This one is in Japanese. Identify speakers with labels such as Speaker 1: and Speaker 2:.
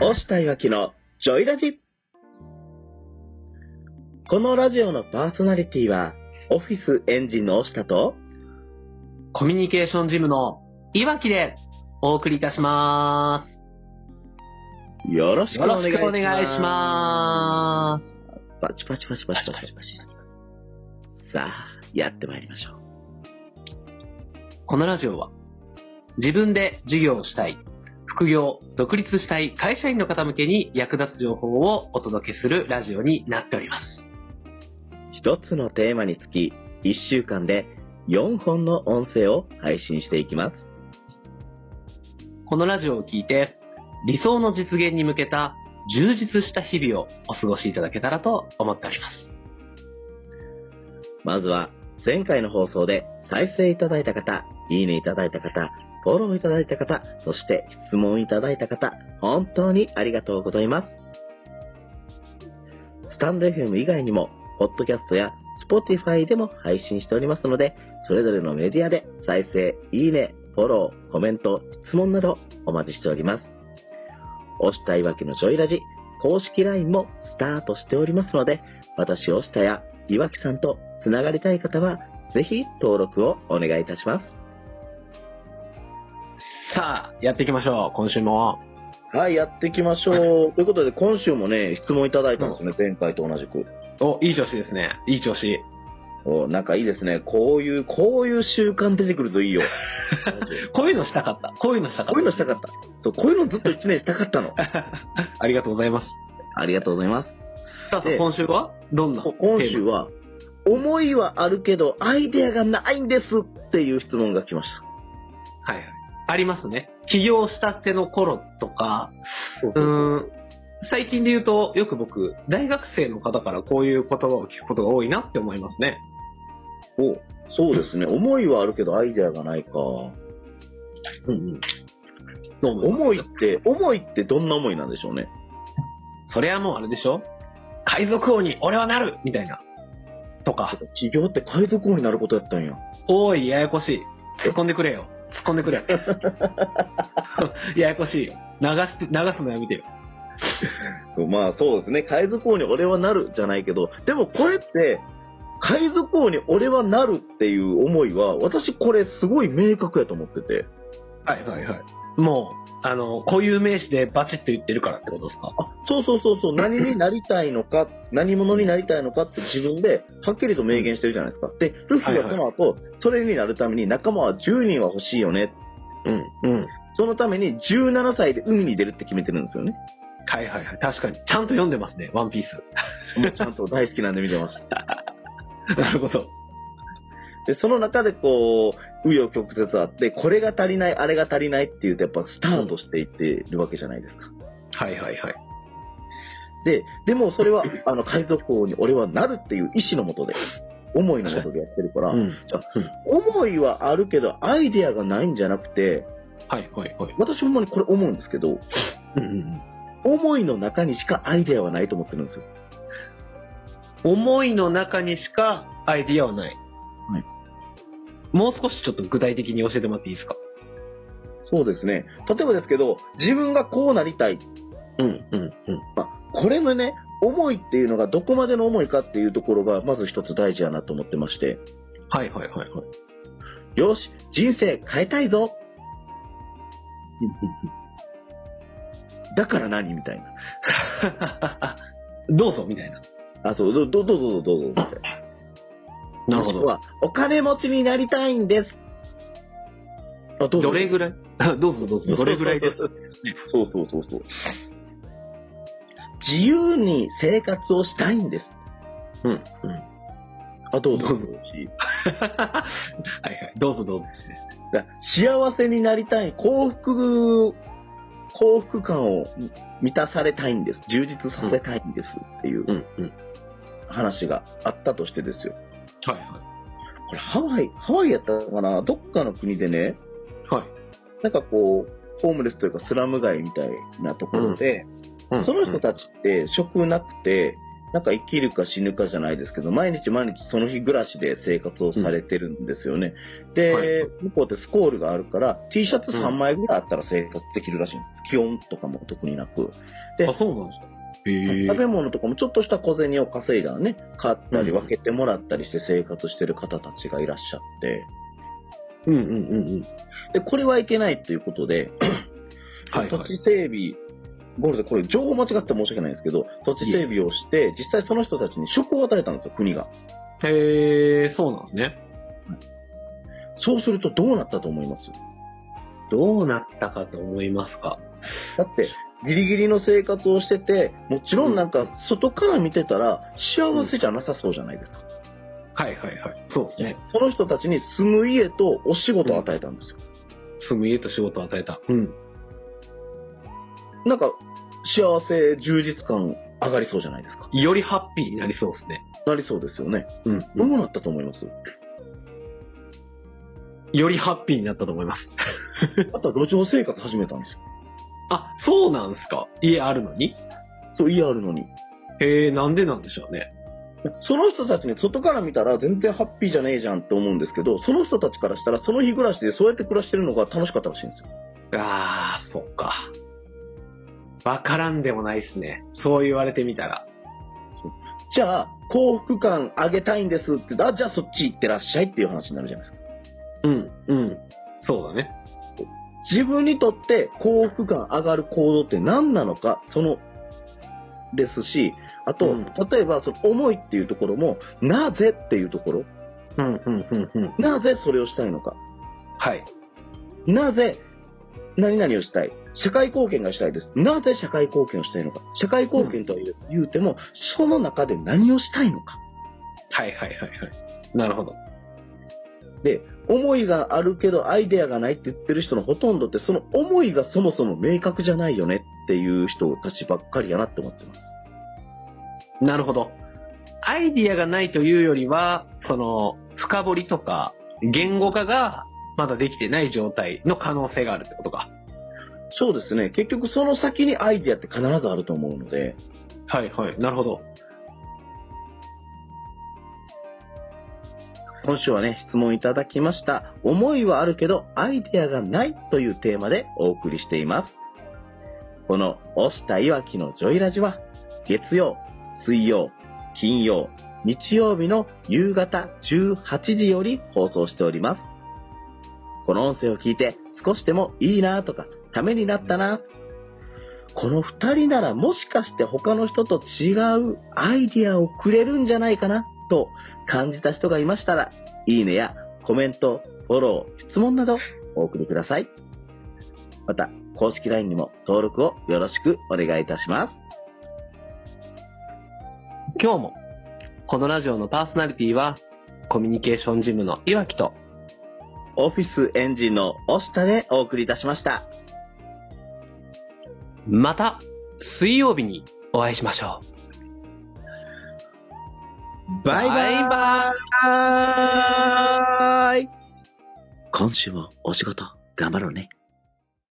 Speaker 1: 押したいわきのジョイラジこのラジオのパーソナリティはオフィスエンジンの押したと
Speaker 2: コミュニケーションジムのいわきでお送りいたしま
Speaker 1: よろ
Speaker 2: す。
Speaker 1: しく
Speaker 2: よ
Speaker 1: お
Speaker 2: ろ
Speaker 1: 願い
Speaker 2: し
Speaker 1: し
Speaker 2: くお願い
Speaker 1: ます
Speaker 2: します。
Speaker 1: パチパチパチパチパチパチパチさあやってまいりましょう
Speaker 2: このラジオは、自分で授業をしたい、副業、独立したい会社員の方向けに役立つ情報をお届けするラジオになっております。
Speaker 1: 一つのテーマにつき1週間で4本の音声を配信していきます
Speaker 2: このラジオを聞いて、理想の実現に向けた充実した日々をお過ごしいただけたらと思っております。
Speaker 1: まずは前回の放送で再生いただいた方、いいねいただいた方、フォローいただいた方、そして質問いただいた方、本当にありがとうございます。スタンド FM 以外にも、ポッドキャストや Spotify でも配信しておりますので、それぞれのメディアで再生、いいね、フォロー、コメント、質問などお待ちしております。押したいわけのジョイラジ、公式 LINE もスタートしておりますので、私、押したや岩木さんとつながりたい方は、ぜひ登録をお願いいたします。
Speaker 2: さあ、やっていきましょう、今週も。
Speaker 1: はい、やっていきましょう。 ということで、今週もね、質問いただいたんですよね、前回と同じく。
Speaker 2: お、いい調子ですね。いい調子。
Speaker 1: おなんかいいですね。こういう、こういう習慣出てくるといい よ。
Speaker 2: こういうのしたかった。こういうのしたかった。
Speaker 1: こういうのしたかった。そう、こういうのずっと1年したかったの。
Speaker 2: ありがとうございます。
Speaker 1: ありがとうございます。
Speaker 2: さあ、
Speaker 1: で
Speaker 2: 今週はどんな
Speaker 1: 今週は、思いはあるけど、アイデアがないんですっていう質問が来ました。
Speaker 2: はいはい。ありますね。起業したての頃とか、うーん、最近で言うと、よく僕、大学生の方からこういう言葉を聞くことが多いなって思いますね。
Speaker 1: お そうですね。 思いはあるけど、アイデアがないか。
Speaker 2: うんうん。どう思います
Speaker 1: 思いって、思いってどんな思いなんでしょうね。
Speaker 2: それはもうあれでしょ海賊王に俺はなるみたいな。とか、
Speaker 1: 企業って海賊王になることやったんや。
Speaker 2: おい、ややこしい。突っ込んでくれよ。突っ込んで くれ。ややこしいよ。流して、流すのやめてよ。
Speaker 1: まあそうですね、海賊王に俺はなるじゃないけど、でもこれって、海賊王に俺はなるっていう思いは、私これすごい明確やと思ってて。
Speaker 2: はいはいはい。もう、あの、固有名詞でバチッと言ってるからってことですか
Speaker 1: あ、そうそうそうそう、何になりたいの か、何者になりたいのかって自分ではっきりと明言してるじゃないですか。で、ルフィはその後、それになるために仲間は10人は欲しいよね。
Speaker 2: うん。うん。
Speaker 1: そのために17歳で海に出るって決めてるんです よね。
Speaker 2: はいはいはい。確かに。ちゃんと読んでますね、ワ ンピース。
Speaker 1: もうちゃんと大好きなんで見てます。
Speaker 2: なるほど。
Speaker 1: で、その中でこう、紆余曲折あって、これが足りない、あれが足りないっていうと、やっぱスタートしていってるわけじゃないですか。
Speaker 2: はいはいはい。
Speaker 1: で、でもそれ は、あの、海賊王に俺はなるっていう意志のもとで、思いのもとでやってるから、
Speaker 2: ん。
Speaker 1: 思いはあるけど、アイデアがないんじゃなくて、
Speaker 2: はいはいはい。
Speaker 1: 私ほんまにこれ思うんですけど、
Speaker 2: うんうんうん。
Speaker 1: 思いの中にしかアイデアはないと思ってるんですよ。
Speaker 2: 思いの中にしかアイディアはない。
Speaker 1: はい
Speaker 2: もう少しちょっと具体的に教えてもらっていいですか
Speaker 1: そうですね。例えばですけど、自分がこうなりたい。
Speaker 2: うんうんうん。
Speaker 1: まあ、これのね、思いっていうのがどこまでの思いかっていうところが、まず一つ大事やなと思ってまして、
Speaker 2: はいはい はいはい。
Speaker 1: よし、人生変えたいぞだから何みたいな。
Speaker 2: どうぞみたいな。
Speaker 1: あ、そう、どどどうぞどうぞどうぞみたいな。もしく。は、お金持ちになりたいんです。あ、ど
Speaker 2: どれぐらい どうぞどうぞ。どれぐらいです
Speaker 1: か そうそうそうそう。自由に生活をしたいんです。
Speaker 2: うんうん。
Speaker 1: あ、どうぞ。
Speaker 2: どうぞはいはい。どうぞどうぞですね。
Speaker 1: だ幸せになりたい、幸福、幸福感を満たされたいんです。充実させたいんですっていう
Speaker 2: うんうん。
Speaker 1: 話があったとしてですよ。
Speaker 2: はいは
Speaker 1: これハワイ、ハワイやったかなどっかの国でね、
Speaker 2: い。はい。
Speaker 1: なんかこう、ホームレスというかスラム街みたいなところで、
Speaker 2: うん
Speaker 1: その人たちって食なくて、なんか生きるか死ぬかじゃないですけど、毎日毎日その日暮らしで生活をされてるんですよね。で、
Speaker 2: はい
Speaker 1: 向こうってスコールがあるから、T シャツ3枚ぐらいあったら生活できるらしいんです。気温とかも特になく。で
Speaker 2: あ、そうなんですか。へ
Speaker 1: 食べ物とかもちょっとした小銭を稼いだらね、買ったり分けてもらったりして生活してる方たちがいらっしゃって、
Speaker 2: うんうんうんうん。
Speaker 1: で、これはいけないということで、
Speaker 2: はい
Speaker 1: 土
Speaker 2: はい。
Speaker 1: 地整備、ごめんなさい、これ情報間違って申し訳ないんですけど、土地整備をして、実際その人たちに職を与えたんですよ、国が。
Speaker 2: へえ、そうなんですね。
Speaker 1: そうするとどうなったと思います
Speaker 2: どうなったかと思いますか。
Speaker 1: だって、ギリギリの生活をしてて、もちろんなんか外から見てたら幸せじゃなさそうじゃないですか。
Speaker 2: はいはいはい。そうですね。
Speaker 1: その人たちに住む家とお仕事を与えたんですよ。
Speaker 2: 住む家と仕事を与えた。うん。
Speaker 1: なんか、幸せ、充実感上がりそうじゃないですか。
Speaker 2: よりハッピーになりそうですね。
Speaker 1: なりそうですよね。
Speaker 2: うん、
Speaker 1: どうなったと思い ます、
Speaker 2: よりハッピーになったと思います。
Speaker 1: あとは路上生活始めたんですよ。
Speaker 2: あ、そうなんですか。家あるのに
Speaker 1: そう、家あるのに。
Speaker 2: へえ、なんでなんでしょうね。
Speaker 1: その人たちに外から見たら全然ハッピーじゃねえじゃんって思うんですけど、その人たちからしたらその日暮らしでそうやって暮らしてるのが楽しかったらしいんですよ。
Speaker 2: あー、そっか。わからんでもないですね。そう言われてみたら。
Speaker 1: じゃあ、幸福感上げたいんですって言ってあ、じゃあそっち行ってらっしゃいっていう話になるじゃないですか。
Speaker 2: うん、うん。そうだね。
Speaker 1: 自分にとって幸福感上がる行動って何なのか、その、ですし、あと、
Speaker 2: うん
Speaker 1: 例えば、その思いっていうところも、なぜっていうところ、
Speaker 2: うん、うん、うん、うん。
Speaker 1: なぜそれをしたいのか、
Speaker 2: はい。
Speaker 1: なぜ何々をしたい。社会貢献がしたいです。なぜ社会貢献をしたいのか。社会貢献とは言う言うても、その中で何をしたいのか。
Speaker 2: はいはいはいはい。なるほど。
Speaker 1: 思いがあるけどアイデアがないって言ってる人のほとんどって、その思いがそもそも明確じゃないよねっていう人たちばっかりやなって思ってます。
Speaker 2: なるほど。アイディアがないというよりは、その、深掘りとか、言語化がまだできてない状態の可能性があるってことか。
Speaker 1: そうですね。結局その先にアイデアって必ずあると思うので、
Speaker 2: はいはい。なるほど。
Speaker 1: 今週はね、質問いただきました。思いはあるけど、アイデアがないというテーマでお送りしています。この、押したいわきのジョイラジは、月曜、水曜、金曜、日曜日の夕方18時より放送しております。この音声を聞いて、少しでもいいなとか、ためになったなこの二人ならもしかして他の人と違うアイディアをくれるんじゃないかなと感じた人がいましたら、いいねやコメント、フォロー、質問などお送りください。また、公式 LINE にも登録をよろしくお願いいたします。
Speaker 2: 今日も、このラジオのパーソナリティは、コミュニケーションジムの岩木と、
Speaker 1: オフィスエンジンの押下でお送りいたしました。
Speaker 3: また水曜日にお会いしましょう。
Speaker 1: バイバイ
Speaker 3: バイバイ
Speaker 1: 今週もお仕事頑張ろうね。